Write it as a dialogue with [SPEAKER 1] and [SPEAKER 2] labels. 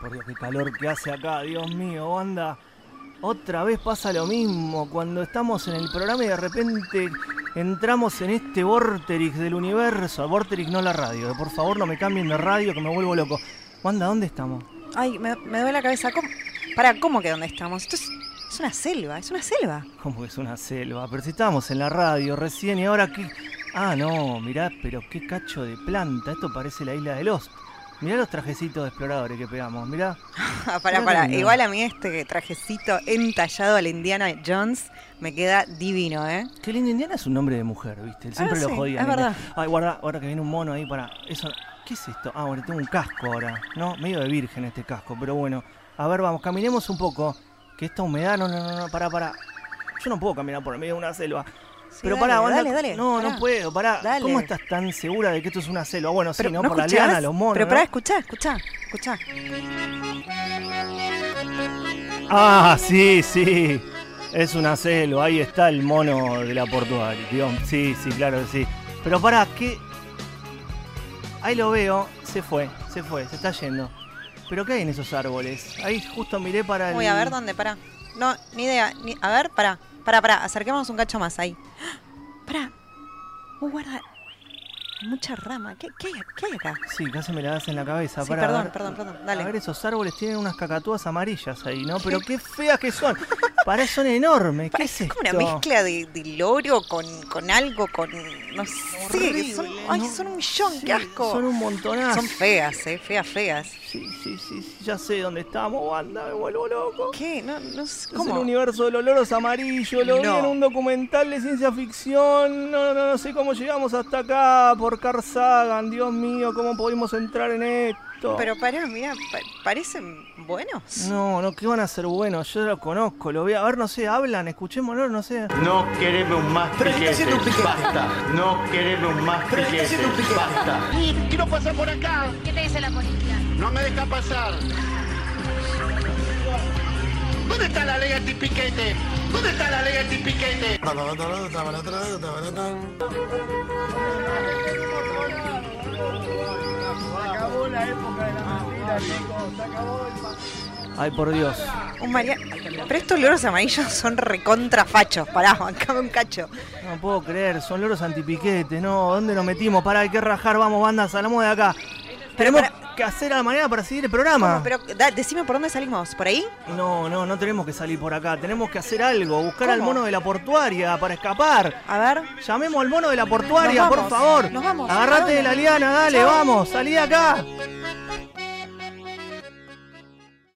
[SPEAKER 1] por Dios, qué calor que hace acá, Dios mío, banda. Otra vez pasa lo mismo cuando estamos en el programa y de repente entramos en este Vorterix del universo. Vorterix no la radio, por favor no me cambien de radio que me vuelvo loco. Banda, ¿dónde estamos?
[SPEAKER 2] Ay, me, me duele la cabeza. ¿Cómo? Pará, ¿cómo que dónde estamos? Esto es, es una selva, es una selva.
[SPEAKER 1] Como que es una selva, pero si estábamos en la radio recién y ahora qué... Ah, no, mirá, pero qué cacho de planta, esto parece la isla de Lost. Mirá los trajecitos de exploradores que pegamos, mirá. Mirá
[SPEAKER 2] pará, Ah, pará.
[SPEAKER 1] lindo.
[SPEAKER 2] Igual a mí este trajecito entallado a la Indiana Jones me queda divino, ¿eh?
[SPEAKER 1] Qué lindo, Indiana es un nombre de mujer, ¿viste? Siempre
[SPEAKER 2] Ah,
[SPEAKER 1] lo
[SPEAKER 2] sí,
[SPEAKER 1] jodía.
[SPEAKER 2] es verdad.
[SPEAKER 1] Ay, guarda, ahora que viene un mono ahí para. Eso. ¿Qué es esto? Ah, bueno, tengo un casco ahora, ¿no? Medio de virgen este casco, pero bueno. A ver, vamos, caminemos un poco. Que esta humedad, no, no, no, no, pará, pará. Yo no puedo caminar por el medio de una selva.
[SPEAKER 2] Sí,
[SPEAKER 1] pero
[SPEAKER 2] dale,
[SPEAKER 1] pará, banda,
[SPEAKER 2] dale, dale,
[SPEAKER 1] No,
[SPEAKER 2] pará.
[SPEAKER 1] no puedo, pará.
[SPEAKER 2] Dale.
[SPEAKER 1] ¿Cómo estás tan segura de que esto es una selva? Bueno, sí,
[SPEAKER 2] Pero
[SPEAKER 1] ¿no?
[SPEAKER 2] ¿no
[SPEAKER 1] por la
[SPEAKER 2] escuchás?
[SPEAKER 1] liana, los monos. ¿eh?
[SPEAKER 2] Pero
[SPEAKER 1] ¿no?
[SPEAKER 2] pará, escuchá, escuchá, escuchá.
[SPEAKER 1] Ah, sí, sí. Es una selva. Ahí está el mono de la portuaria. Dios, Sí, sí, claro que sí. Pero pará, ¿qué? Ahí lo veo. Se fue, se fue, se está yendo. ¿Pero qué hay en esos árboles? Ahí justo miré para el...
[SPEAKER 2] Voy a ver dónde, pará. No, ni idea. ni- a ver, pará, pará, pará. Acerquémonos un cacho más ahí. ¡Ah! Pará. Uh, guarda. Hay mucha rama. ¿Qué, qué, hay, qué hay acá?
[SPEAKER 1] Sí, casi me la das en la cabeza.
[SPEAKER 2] Sí,
[SPEAKER 1] pará,
[SPEAKER 2] perdón,
[SPEAKER 1] a ver.
[SPEAKER 2] perdón, perdón,
[SPEAKER 1] A
[SPEAKER 2] dale.
[SPEAKER 1] ver, esos árboles tienen unas cacatúas amarillas ahí, ¿no? Pero qué feas que son. Pará, son enormes. ¿Qué es
[SPEAKER 2] Parece
[SPEAKER 1] esto?
[SPEAKER 2] como una mezcla de, de loro con, con algo, con. No sé. que Son,
[SPEAKER 1] Horrible,
[SPEAKER 2] ay,
[SPEAKER 1] ¿no?
[SPEAKER 2] son un millón,
[SPEAKER 1] Sí,
[SPEAKER 2] qué asco.
[SPEAKER 1] Son un montonazo.
[SPEAKER 2] Son feas, eh, feas, feas.
[SPEAKER 1] Sí, sí, sí, sí, ya sé dónde estamos, banda, me vuelvo loco.
[SPEAKER 2] ¿Qué? No, no sé.
[SPEAKER 1] Es el
[SPEAKER 2] ¿Cómo?
[SPEAKER 1] universo de los loros amarillos, lo vi
[SPEAKER 2] No.
[SPEAKER 1] en un documental de ciencia ficción. No, no, no sé cómo llegamos hasta acá, por Carl Sagan, Dios mío, cómo pudimos entrar en esto.
[SPEAKER 2] Pero pará, mira, parecen buenos.
[SPEAKER 1] No, no, que van a ser buenos, yo lo conozco, lo veo. A ver, no sé, hablan, escuchémoslo, no sé.
[SPEAKER 3] No queremos más
[SPEAKER 4] Pero está
[SPEAKER 3] piquetes.
[SPEAKER 4] haciendo un piquete.
[SPEAKER 3] Basta. No queremos más
[SPEAKER 4] Pero está
[SPEAKER 3] piquetes.
[SPEAKER 4] haciendo un piquete.
[SPEAKER 3] Basta.
[SPEAKER 5] Quiero pasar por acá.
[SPEAKER 6] ¿Qué te dice la policía?
[SPEAKER 5] No me deja pasar. ¿Dónde está la ley antipiquete? ¿Dónde está la ley antipiquete?
[SPEAKER 1] Ay, por Dios.
[SPEAKER 2] Un maria... Pero estos loros amarillos son recontrafachos. Pará, bancame un cacho.
[SPEAKER 1] No puedo creer, son loros antipiquetes, no, ¿dónde nos metimos? Pará, hay que rajar, vamos, banda, salamos de acá. Tenemos que hacer a la manera para seguir el programa.
[SPEAKER 2] ¿Cómo? Pero da- decime por dónde salimos. ¿Por ahí?
[SPEAKER 1] No, no, no tenemos que salir por acá. Tenemos que hacer algo. Buscar al
[SPEAKER 2] ¿Cómo?
[SPEAKER 1] mono de la portuaria para escapar.
[SPEAKER 2] A ver.
[SPEAKER 1] Llamemos al mono de la portuaria,
[SPEAKER 2] Nos
[SPEAKER 1] por
[SPEAKER 2] vamos,
[SPEAKER 1] favor.
[SPEAKER 2] nos vamos.
[SPEAKER 1] Agarrate
[SPEAKER 2] ¿A
[SPEAKER 1] de la liana, dale,
[SPEAKER 2] Chao.
[SPEAKER 1] vamos. Salí de acá.